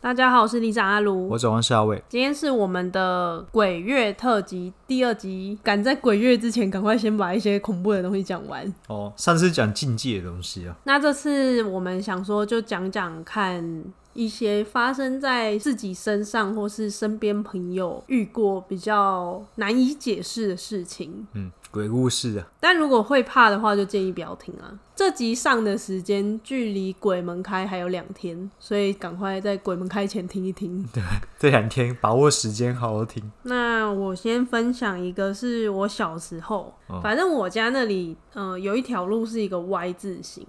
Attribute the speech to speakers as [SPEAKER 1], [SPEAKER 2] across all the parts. [SPEAKER 1] 大家好，我是里长阿卢，
[SPEAKER 2] 我转换下位，
[SPEAKER 1] 今天是我们的鬼月特辑第二集，赶在鬼月之前，赶快先把一些恐怖的东西讲完。
[SPEAKER 2] 哦，上次讲境界的东西啊，
[SPEAKER 1] 那这次我们想说，就讲讲看一些发生在自己身上或是身边朋友遇过比较难以解释的事情。
[SPEAKER 2] 嗯，鬼故事啊，
[SPEAKER 1] 但如果会怕的话，就建议不要听啊。这集上的时间距离鬼门开还有两天，所以赶快在鬼门开前听一听。
[SPEAKER 2] 这两天把握时间好好听。
[SPEAKER 1] 那我先分享一个是我小时候，
[SPEAKER 2] 哦
[SPEAKER 1] 反正我家那里，呃，有一条路是一个 Y 字形，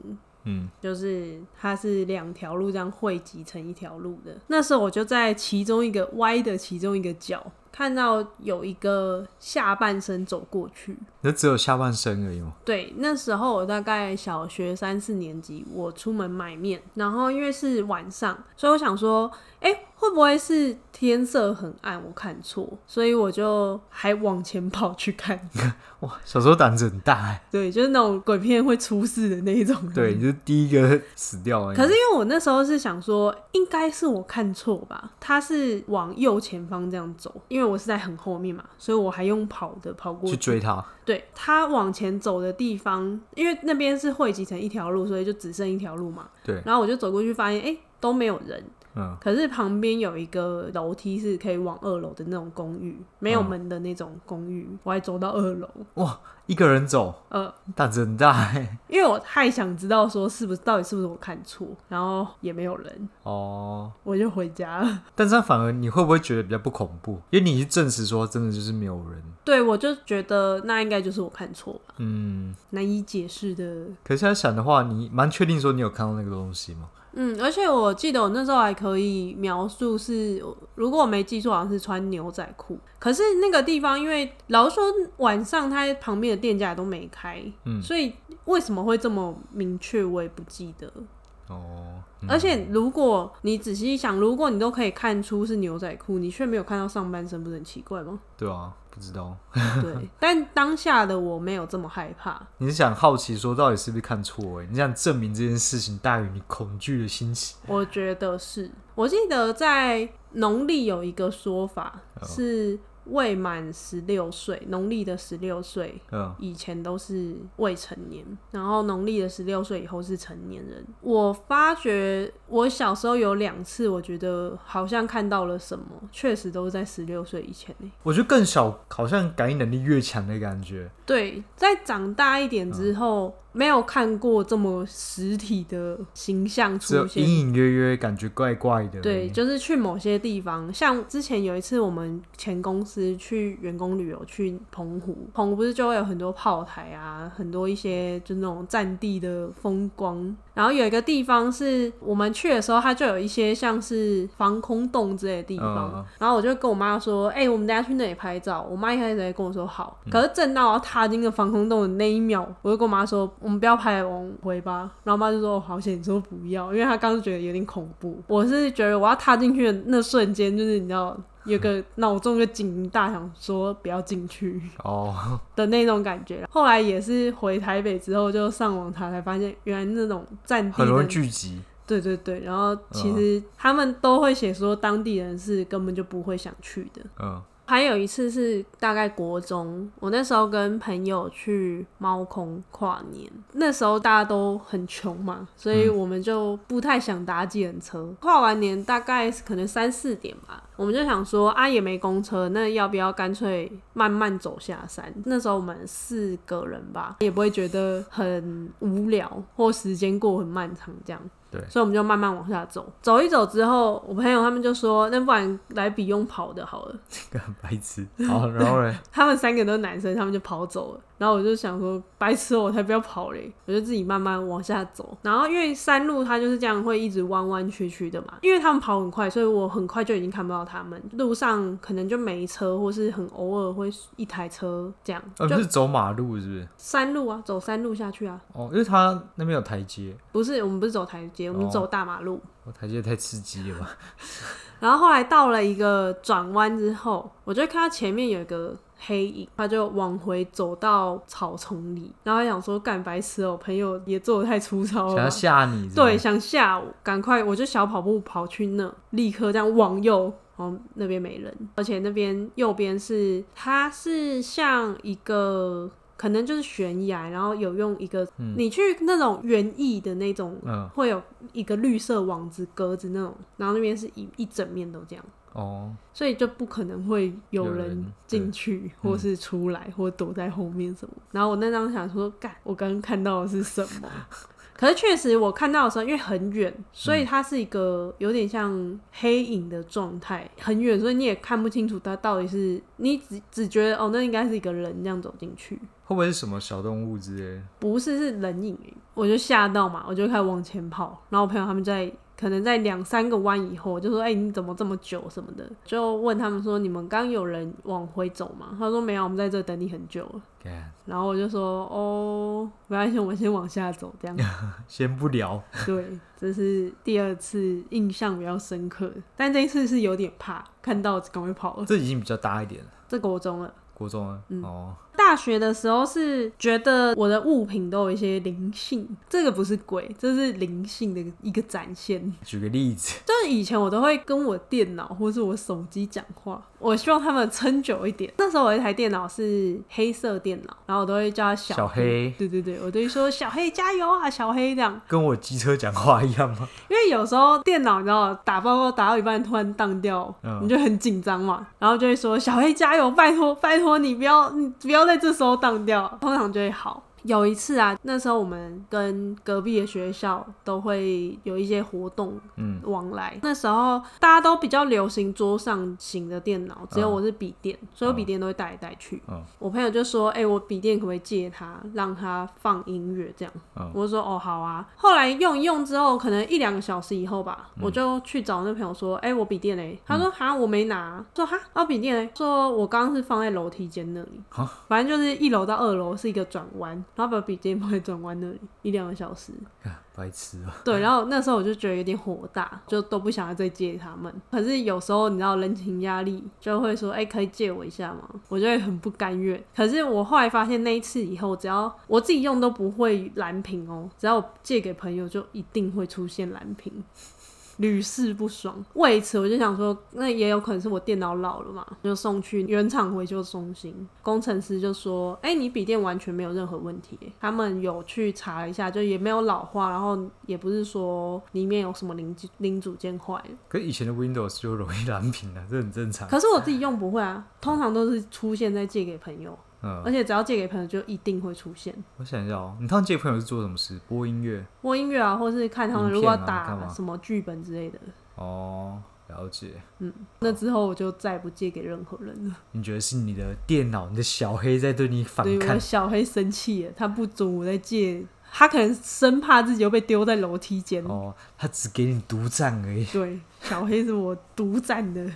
[SPEAKER 2] 嗯，
[SPEAKER 1] 就是它是两条路这样汇集成一条路的。那时候我就在其中一个 Y 的其中一个角看到有一个下半身走过去。
[SPEAKER 2] 那只有下半身而已嘛。
[SPEAKER 1] 对，那时候我大概小学三四年级，我出门买面，然后因为是晚上，所以我想说，哎、会不会是天色很暗，我看错，所以我就还往前跑去看。
[SPEAKER 2] 哇，小时候胆子很大哎、
[SPEAKER 1] 对，就是那种鬼片会出事的那一种。
[SPEAKER 2] 对，你就第一个死掉而已。
[SPEAKER 1] 可是因为我那时候是想说，应该是我看错吧，他是往右前方这样走，因为我是在很后面嘛，所以我还用跑的跑过
[SPEAKER 2] 去追他，
[SPEAKER 1] 对，他往前走的地方，因为那边是汇集成一条路，所以就只剩一条路嘛。
[SPEAKER 2] 对，
[SPEAKER 1] 然后我就走过去，发现哎、诶都没有人，
[SPEAKER 2] 嗯，
[SPEAKER 1] 可是旁边有一个楼梯是可以往二楼的那种公寓，没有
[SPEAKER 2] 嗯
[SPEAKER 1] 门的那种公寓，我还走到二楼，
[SPEAKER 2] 哇，一个人走，
[SPEAKER 1] 呃。
[SPEAKER 2] 胆子很大哎、
[SPEAKER 1] 因为我太想知道说是不是到底是不是我看错，然后也没有人，
[SPEAKER 2] 哦，
[SPEAKER 1] 我就回家了。
[SPEAKER 2] 但这样反而你会不会觉得比较不恐怖？因为你去证实说真的就是没有人。
[SPEAKER 1] 对，我就觉得那应该就是我看错吧，
[SPEAKER 2] 嗯，
[SPEAKER 1] 难以解释的
[SPEAKER 2] 可是现在想的话，你蛮确定说你有看到那个东西吗？
[SPEAKER 1] 嗯，而且我记得我那时候还可以描述是，如果我没记错，好像是穿牛仔裤。可是那个地方，因为老实说晚上它旁边的店家也都没开，
[SPEAKER 2] 嗯
[SPEAKER 1] 所以为什么会这么明确，我也不记得。
[SPEAKER 2] 哦，
[SPEAKER 1] 而且如果你仔细想，如果你都可以看出是牛仔裤，你却没有看到上半身，不是很奇怪吗？
[SPEAKER 2] 对啊，不知道。
[SPEAKER 1] 对，但当下的我没有这么害怕。
[SPEAKER 2] 你是想好奇说到底是不是看错、欸？你想证明这件事情大于你恐惧的心情。
[SPEAKER 1] 我觉得是，我记得在农历有一个说法、
[SPEAKER 2] 哦
[SPEAKER 1] 是未满十六岁，农历的十六岁
[SPEAKER 2] 嗯，
[SPEAKER 1] 以前都是未成年，然后农历的十六岁以后是成年人。我发觉我小时候有两次，我觉得好像看到了什么，确实都是在十六岁以前呢、
[SPEAKER 2] 我觉得更小，好像感应能力越强的感觉。
[SPEAKER 1] 对，在长大一点之后，没有看过这么实体的形象
[SPEAKER 2] 只有
[SPEAKER 1] 出现，
[SPEAKER 2] 隐隐约约感觉怪怪的。
[SPEAKER 1] 对，，就是去某些地方，像之前有一次我们前公司去员工旅游去澎湖，澎湖不是就会有很多炮台啊，很多一些就是那种战地的风光。然后有一个地方是我们去的时候，它就有一些像是防空洞之类的地方。
[SPEAKER 2] 嗯
[SPEAKER 1] 然后我就跟我妈说：“哎、我们等一下去那里拍照。”我妈一开始还跟我说好，
[SPEAKER 2] 嗯
[SPEAKER 1] 可是正当我要踏进那个防空洞的那一秒，我就跟我妈说：“我们不要拍了，我们回吧。”然后我妈就说：“哦，好险，你说不要，因为她刚刚觉得有点恐怖。”我是觉得我要踏进去的那瞬间，就是你知道。有个脑中有个警铃大响，说不要进去
[SPEAKER 2] 哦，
[SPEAKER 1] 的那种感觉。后来也是回台北之后，就上网查才发现，原来那种战地的
[SPEAKER 2] 很容易聚集。
[SPEAKER 1] 对对对，然后其实他们都会写说当地人是根本就不会想去的。
[SPEAKER 2] 嗯，
[SPEAKER 1] 还有一次是大概国中，我那时候跟朋友去猫空跨年，那时候大家都很穷嘛，所以我们就不太想搭计程车。跨完年大概是可能三四点吧，我们就想说啊，也没公车，那要不要干脆慢慢走下山？那时候我们四个人吧，也不会觉得很无聊或时间过很漫长这样。
[SPEAKER 2] 对
[SPEAKER 1] 所以我们就慢慢往下走，走一走之后，我朋友他们就说，那不然来比用跑的好了。
[SPEAKER 2] 个很白痴。好，然后嘞，
[SPEAKER 1] 他们三个都是男生，他们就跑走了。然后我就想说，白痴哦，我才不要跑嘞！我就自己慢慢往下走。然后因为山路它就是这样，会一直弯弯曲曲的嘛。因为他们跑很快，所以我很快就已经看不到他们。路上可能就没车，或是很偶尔会一台车这样。
[SPEAKER 2] 呃，
[SPEAKER 1] 就
[SPEAKER 2] 不是走马路是不是？
[SPEAKER 1] 山路啊，走山路下去啊。
[SPEAKER 2] 哦，因为他那边有台阶，
[SPEAKER 1] 不是，我们不是走台阶，我们
[SPEAKER 2] 哦
[SPEAKER 1] 走大马路。
[SPEAKER 2] 哦台阶太刺激了吧？
[SPEAKER 1] 然后后来到了一个转弯之后，我就看到前面有一个黑影，他就往回走到草丛里，然后还想说干白痴哦，朋友也做的太粗糙了
[SPEAKER 2] 想
[SPEAKER 1] 吧
[SPEAKER 2] 要吓你是不
[SPEAKER 1] 哦对，
[SPEAKER 2] 是，
[SPEAKER 1] 想吓我，赶快我就小跑步跑去那，立刻这样往右。哦，那边没人，而且那边右边是它是像一个可能就是悬崖，然后有用一个、
[SPEAKER 2] 嗯
[SPEAKER 1] 你去那种园艺的那种，
[SPEAKER 2] 嗯，
[SPEAKER 1] 会有一个绿色网子格子那种，然后那边是一一整面都这样。
[SPEAKER 2] 哦，
[SPEAKER 1] 所以就不可能会有
[SPEAKER 2] 有
[SPEAKER 1] 人
[SPEAKER 2] 人
[SPEAKER 1] 进去，
[SPEAKER 2] 嗯
[SPEAKER 1] 或是出来，或躲在后面什么。然后我那张想说，干，我刚刚看到的是什么？可是确实，我看到的时候，因为很远，所以它是一个有点像黑影的状态，很远，所以你也看不清楚它到底是你只只觉得哦，那应该是一个人这样走进去，
[SPEAKER 2] 会不会是什么小动物之类的？
[SPEAKER 1] 不是是人影欸。我就吓到嘛，我就开始往前跑，然后我朋友他们在可能在两三个弯以后，我就说：“哎、你怎么这么久什么的？”就问他们说：“你们刚有人往回走吗？”他说：“没有，我们在这等你很久了。
[SPEAKER 2] 干”
[SPEAKER 1] 然后我就说：“哦，没关系，我们先往下走。”这样
[SPEAKER 2] 先不聊，
[SPEAKER 1] 对，这是第二次印象比较深刻，但这一次是有点怕，看到赶快跑了。
[SPEAKER 2] 这已经比较大一点了，
[SPEAKER 1] 这国中了。
[SPEAKER 2] 国中了。
[SPEAKER 1] 嗯
[SPEAKER 2] 哦，
[SPEAKER 1] 大学的时候是觉得我的物品都有一些灵性，这个不是鬼，这是灵性的一个展现。
[SPEAKER 2] 举个例子，
[SPEAKER 1] 就是以前我都会跟我电脑或是我手机讲话，我希望他们撑久一点。那时候我有一台电脑是黑色电脑，然后我都会叫它小
[SPEAKER 2] 小黑
[SPEAKER 1] 对对对，我都会说小黑加油啊，小黑这样。
[SPEAKER 2] 跟我机车讲话一样吗？
[SPEAKER 1] 因为有时候电脑你知道打报告打到一半突然荡掉，
[SPEAKER 2] 嗯
[SPEAKER 1] 你就很紧张嘛，然后就会说小黑加油，拜托 拜托你不要你不要在这时候荡掉，通常就会好。有一次啊，那时候我们跟隔壁的学校都会有一些活动
[SPEAKER 2] 嗯，
[SPEAKER 1] 往来，那时候大家都比较流行桌上型的电脑，只有我是笔电，所以我笔电都会带来带去。
[SPEAKER 2] 嗯
[SPEAKER 1] 我朋友就说：“哎、我笔电可不可以借他，让他放音乐这样？”
[SPEAKER 2] 嗯
[SPEAKER 1] 我就说：“哦，好啊。”后来用一用之后，可能一两个小时以后吧，
[SPEAKER 2] 嗯
[SPEAKER 1] 我就去找那朋友说：“哎、我笔电嘞？”他说：“哈，我没拿。”说：“哈，啊，笔电嘞？”说：“我刚刚是放在楼梯间那里
[SPEAKER 2] 哈，
[SPEAKER 1] 反正就是一楼到二楼是一个转弯，然后把笔电放在转弯那里一两个小时。”
[SPEAKER 2] 干白痴啊，
[SPEAKER 1] 对，然后那时候我就觉得有点火大，就都不想要再借他们。可是有时候你知道人情压力，就会说：“哎、可以借我一下吗？”我就会很不甘愿。可是我后来发现那一次以后，只要我自己用都不会蓝屏哦，只要我借给朋友，就一定会出现蓝屏。屡试不爽，为此我就想说，那也有可能是我电脑老了嘛，就送去原厂维修中心。工程师就说：“哎、你笔电完全没有任何问题。”他们有去查一下，就也没有老化，然后也不是说里面有什么零零组件坏了。
[SPEAKER 2] 可是以前的 Windows 就容易蓝屏啊，这很正常。
[SPEAKER 1] 可是我自己用不会啊，通常都是出现在借给朋友，而
[SPEAKER 2] 嗯，
[SPEAKER 1] 且只要借给朋友就一定会出现。
[SPEAKER 2] 我想一下哦，你当借朋友是做什么事？播音乐
[SPEAKER 1] 播音乐啊，或是看他们
[SPEAKER 2] 影片啊
[SPEAKER 1] 如果要
[SPEAKER 2] 干
[SPEAKER 1] 打
[SPEAKER 2] 嘛
[SPEAKER 1] 什么剧本之类的，
[SPEAKER 2] 哦，了解。
[SPEAKER 1] 那之后我就再也不借给任何人了。
[SPEAKER 2] 你觉得是你的电脑，你的小黑在对你反
[SPEAKER 1] 对，我
[SPEAKER 2] 抗？
[SPEAKER 1] 小黑生气了，他不准我再借，他可能生怕自己又被丢在楼梯间。
[SPEAKER 2] 哦，他只给你独占而已。
[SPEAKER 1] 对，小黑是我独占 的。
[SPEAKER 2] 哦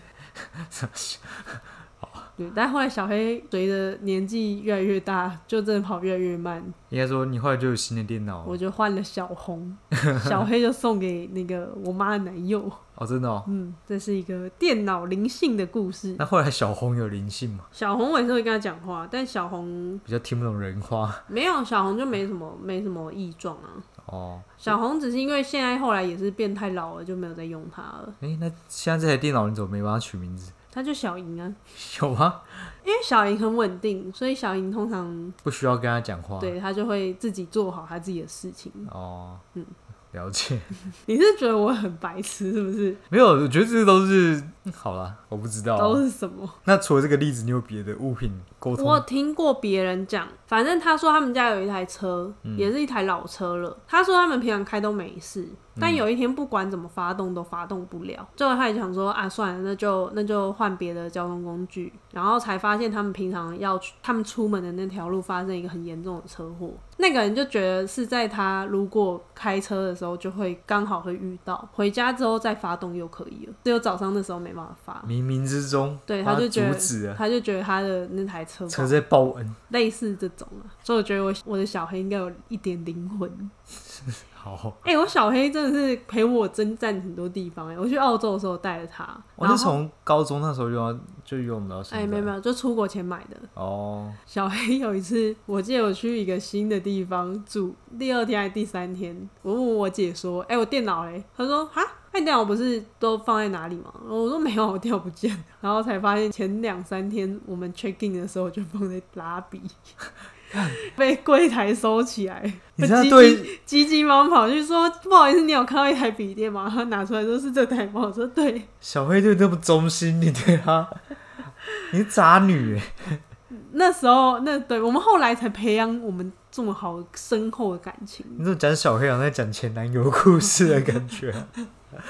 [SPEAKER 1] 对，但后来小黑随着年纪越来越大，就真的跑越来越慢。
[SPEAKER 2] 应该说你后来就有新的电脑
[SPEAKER 1] 我
[SPEAKER 2] 了
[SPEAKER 1] 就换了小 红，小黑就送给那个我妈的男友。
[SPEAKER 2] 哦，真的哦。
[SPEAKER 1] 嗯，这是一个电脑灵性的故事。
[SPEAKER 2] 那后来小红有灵性嘛，
[SPEAKER 1] 小红我也是会跟他讲话，但小红
[SPEAKER 2] 比较听不懂人话
[SPEAKER 1] 没有小红就没什么没什么异状啊。
[SPEAKER 2] 哦。
[SPEAKER 1] 小红只是因为现在后来也是变太老了，就没有再用它了。
[SPEAKER 2] 哎、那现在这台电脑你怎么没帮它取名字？
[SPEAKER 1] 它就小莹啊，
[SPEAKER 2] 有吗？
[SPEAKER 1] 因为小莹很稳定，所以小莹通常
[SPEAKER 2] 不需要跟他讲话。
[SPEAKER 1] 对她就会自己做好她自己的事情。
[SPEAKER 2] 哦，
[SPEAKER 1] 嗯
[SPEAKER 2] 了解，
[SPEAKER 1] 你是觉得我很白痴是不是？
[SPEAKER 2] 没有，我觉得这都是好啦，我不知道
[SPEAKER 1] 都
[SPEAKER 2] 啊。
[SPEAKER 1] 是什么？
[SPEAKER 2] 那除了这个例子，你有别的物品沟
[SPEAKER 1] 我有
[SPEAKER 2] 通？
[SPEAKER 1] 听过别人讲，反正他说他们家有一台车，
[SPEAKER 2] 嗯
[SPEAKER 1] 也是一台老车了。他说他们平常开都没事，
[SPEAKER 2] 嗯
[SPEAKER 1] 但有一天不管怎么发动都发动不了。最后他也想说啊，算了，那就那就换别的交通工具。然后才发现他们平常要去他们出门的那条路发生一个很严重的车祸。那个人就觉得是在他如果开车的时候就会刚好会遇到，回家之后再发动又可以了，只有早上那时候没办法发。
[SPEAKER 2] 冥冥之中，
[SPEAKER 1] 对，
[SPEAKER 2] 把
[SPEAKER 1] 他
[SPEAKER 2] 它
[SPEAKER 1] 就觉
[SPEAKER 2] 阻
[SPEAKER 1] 得
[SPEAKER 2] 止了
[SPEAKER 1] 他就觉得他的那台车
[SPEAKER 2] 车在报恩。
[SPEAKER 1] 类似这种啊，所以我觉得我我的小黑应该有一点灵魂。
[SPEAKER 2] 好，
[SPEAKER 1] 哎、我小黑真的是陪我征战很多地方哎、我去澳洲的时候带着它，
[SPEAKER 2] 我
[SPEAKER 1] 然
[SPEAKER 2] 哦是
[SPEAKER 1] 后
[SPEAKER 2] 从高中那时候就要就用到现
[SPEAKER 1] 哎、
[SPEAKER 2] 在。
[SPEAKER 1] 没有没有，就出国前买的。
[SPEAKER 2] 哦，
[SPEAKER 1] 小黑有一次，我记得我去一个新的地方住，第二天还是第三天，我问我姐说：“哎、我电脑嘞？”她说：“哈，那你电脑不是都放在哪里吗？”我说：“没有，啊我电脑不见 了。”然后才发现前两三天我们 check in 的时候就放在拉比， 被柜台收起来。
[SPEAKER 2] 你这样
[SPEAKER 1] 急
[SPEAKER 2] 对
[SPEAKER 1] 急急忙跑去说：“不好意思，你有看到一台笔电吗？”他拿出来说：“是这台吗？”我说：“对。”
[SPEAKER 2] 小黑对这么忠心，你对他， 你是渣女哎。
[SPEAKER 1] 那时候，那对我们后来才培养我们这么好深厚的感情。
[SPEAKER 2] 你怎么讲小黑好像在讲前男友故事的感觉？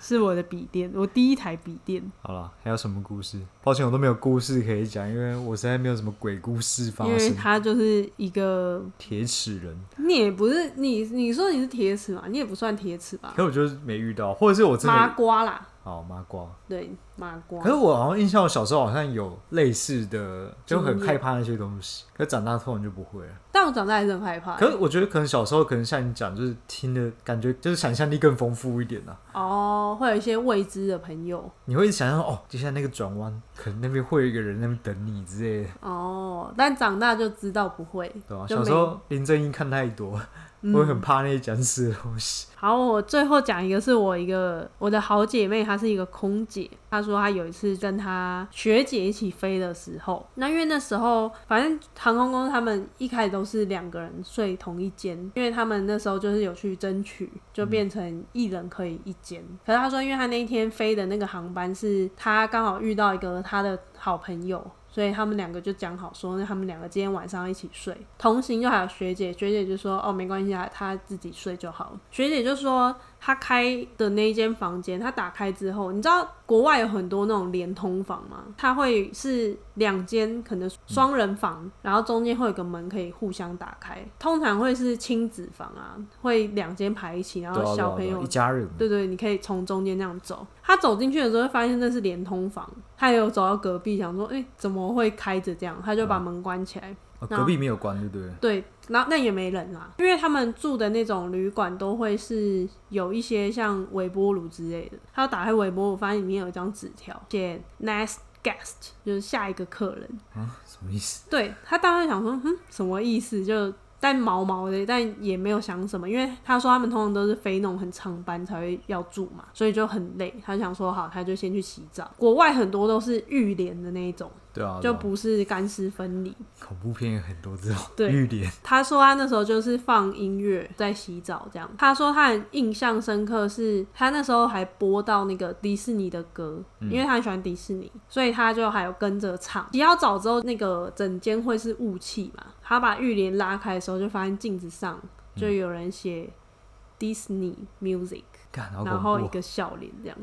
[SPEAKER 1] 是我的笔电，我第一台笔电，
[SPEAKER 2] 好了，还有什么故事？抱歉，我都没有故事可以讲，因为我实在没有什么鬼故事发
[SPEAKER 1] 因为
[SPEAKER 2] 生。
[SPEAKER 1] 它就是一个，
[SPEAKER 2] 铁齿人，
[SPEAKER 1] 你也不是你，你说你是铁齿嘛，你也不算铁齿吧
[SPEAKER 2] 可，是我就是没遇到，或者是我真
[SPEAKER 1] 麻
[SPEAKER 2] 的
[SPEAKER 1] 瓜啦，
[SPEAKER 2] 哦麻瓜。
[SPEAKER 1] 对，麻瓜
[SPEAKER 2] 可。是我好像印象，我小时候好像有类似的，就很
[SPEAKER 1] 经验
[SPEAKER 2] 害怕那些东西。可是长大突然就不会了。
[SPEAKER 1] 但我长大还是很害怕。
[SPEAKER 2] 可是我觉得可能小时候可能像你讲，就是听的感觉，就是想象力更丰富一点啊。
[SPEAKER 1] 哦，会有一些未知的朋友。
[SPEAKER 2] 你会一直想象哦，就像那个转弯，可能那边会有一个人在那边等你之类的，
[SPEAKER 1] 哦，但长大就知道不会。
[SPEAKER 2] 对吧、
[SPEAKER 1] 就
[SPEAKER 2] 小
[SPEAKER 1] 没嗯
[SPEAKER 2] 时候林正英看太多，我会很怕那些僵尸的东西。
[SPEAKER 1] 好，我最后讲一个，是我一个我的好姐妹，她是一个空姐。她说她有一次跟她学姐一起飞的时候，那因为那时候反正航空公司他们一开始都是两个人睡同一间，因为他们那时候就是有去争取，就变成一人可以一间。可是她说，因为她那一天飞的那个航班是她刚好遇到一个她的好朋友，所以他们两个就讲好说，那他们两个今天晚上要一起睡。同行就还有学姐，学姐就说哦没关系啊，她自己睡就好。学姐就说她开的那一间房间，她打开之后，你知道国外有很多那种连通房吗？它会是两间可能双人房，然后中间会有个门可以互相打开，通常会是亲子房啊，会两间排一起，然
[SPEAKER 2] 对啊对
[SPEAKER 1] 后
[SPEAKER 2] 啊
[SPEAKER 1] 小朋
[SPEAKER 2] 对啊
[SPEAKER 1] 友
[SPEAKER 2] 一家人嘛，
[SPEAKER 1] 对对，你可以从中间那样走。他走进去的时候，会发现那是连通房。他也有走到隔壁，想说，哎、怎么会开着这样？他就把门关起来。
[SPEAKER 2] 哦
[SPEAKER 1] 然
[SPEAKER 2] 隔壁没有关，对不对？
[SPEAKER 1] 对，然后那也没人啦，因为他们住的那种旅馆都会是有一些像微波炉之类的。他打开微波炉，发现里面有一张纸条，写 “next guest”，就是下一个客人。
[SPEAKER 2] 啊，什么意思？
[SPEAKER 1] 对他当时想说，嗯，什么意思？就但毛毛的，但也没有想什么，因为他说他们通常都是飞那种很长班才会要住嘛，所以就很累。他想说好，他就先去洗澡。国外很多都是浴帘的那一种，
[SPEAKER 2] 对啊，
[SPEAKER 1] 就
[SPEAKER 2] 对啊
[SPEAKER 1] 不是干湿分离。
[SPEAKER 2] 恐怖片有很多这种
[SPEAKER 1] 对
[SPEAKER 2] 绿脸，
[SPEAKER 1] 他说他那时候就是放音乐在洗澡这样。他说他很印象深刻是，他那时候还播到那个迪士尼的歌，
[SPEAKER 2] 嗯
[SPEAKER 1] 因为他很喜欢迪士尼，所以他就还有跟着唱。洗好澡之后，那个整间会是雾气嘛，他把浴帘拉开的时候，就发现镜子上
[SPEAKER 2] 嗯
[SPEAKER 1] 就有人写 Disney Music，、
[SPEAKER 2] 干好
[SPEAKER 1] 然后一
[SPEAKER 2] 恐怖，哦
[SPEAKER 1] 个笑脸这样。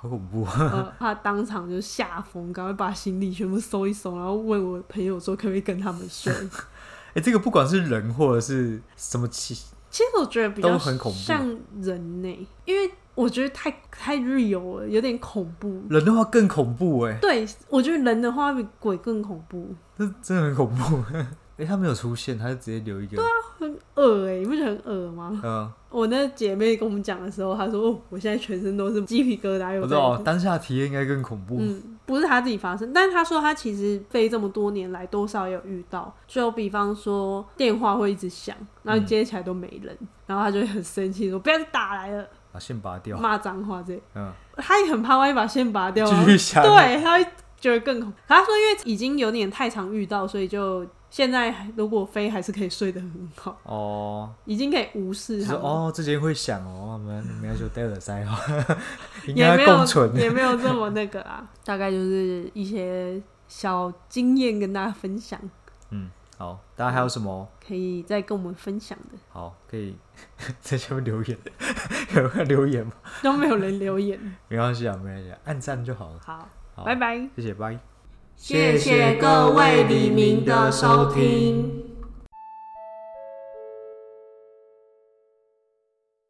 [SPEAKER 2] 好恐怖，哦
[SPEAKER 1] 呃，他当场就吓疯，赶快把行李全部收一收，然后问我朋友说可不可以跟他们睡。
[SPEAKER 2] 哎、这个不管是人或者是什么奇，
[SPEAKER 1] 其实我觉得比
[SPEAKER 2] 都
[SPEAKER 1] 较
[SPEAKER 2] 很恐怖
[SPEAKER 1] 像人呢、因为我觉得太太 real 了，有点恐怖。
[SPEAKER 2] 人的话更恐怖哎、
[SPEAKER 1] 对，我觉得人的话比鬼更恐怖，
[SPEAKER 2] 这真的很恐怖。 哎、他没有出现，他就直接留一个，
[SPEAKER 1] 很恶哎、你不觉得很恶吗？
[SPEAKER 2] 嗯，
[SPEAKER 1] 我那姐妹跟我们讲的时候，她说：“哦，我现在全身都是鸡皮疙瘩，
[SPEAKER 2] 我
[SPEAKER 1] 有
[SPEAKER 2] 知道当下体验应该更恐怖。
[SPEAKER 1] 嗯，不是他自己发生，但是他说他其实飞这么多年来，多少有遇到，就比方说电话会一直响，然后接起来都没人，然后他就会很生气说：“不要再打来了，
[SPEAKER 2] 把线拔掉，
[SPEAKER 1] 骂脏话这类。”
[SPEAKER 2] 嗯，
[SPEAKER 1] 他也很怕万一把线拔掉、啊，
[SPEAKER 2] 继续想，
[SPEAKER 1] 对，他会觉得更恐。他说因为已经有点太常遇到，所以就现在如果飞还是可以睡得很好，
[SPEAKER 2] 哦，
[SPEAKER 1] 已经可以无视
[SPEAKER 2] 就
[SPEAKER 1] 它
[SPEAKER 2] 是
[SPEAKER 1] 们。
[SPEAKER 2] 哦，这些会想哦，我们没有就戴耳塞哦， 应
[SPEAKER 1] 也
[SPEAKER 2] 该
[SPEAKER 1] 没
[SPEAKER 2] 要
[SPEAKER 1] 有
[SPEAKER 2] 共存。
[SPEAKER 1] 也没有这么那个啦， 大概就是一些小经验跟大家分享，
[SPEAKER 2] 嗯，好，大家还有什么
[SPEAKER 1] 可以再跟我们分享的，
[SPEAKER 2] 好可以 在下面留言？ 有人会留言吗？
[SPEAKER 1] 都没有人留言。
[SPEAKER 2] 没关系啊，没关系啊，按赞就好了。
[SPEAKER 1] 好，
[SPEAKER 2] 好，
[SPEAKER 1] 拜拜。
[SPEAKER 2] 谢谢，拜。
[SPEAKER 1] 谢谢各位黎明的收听。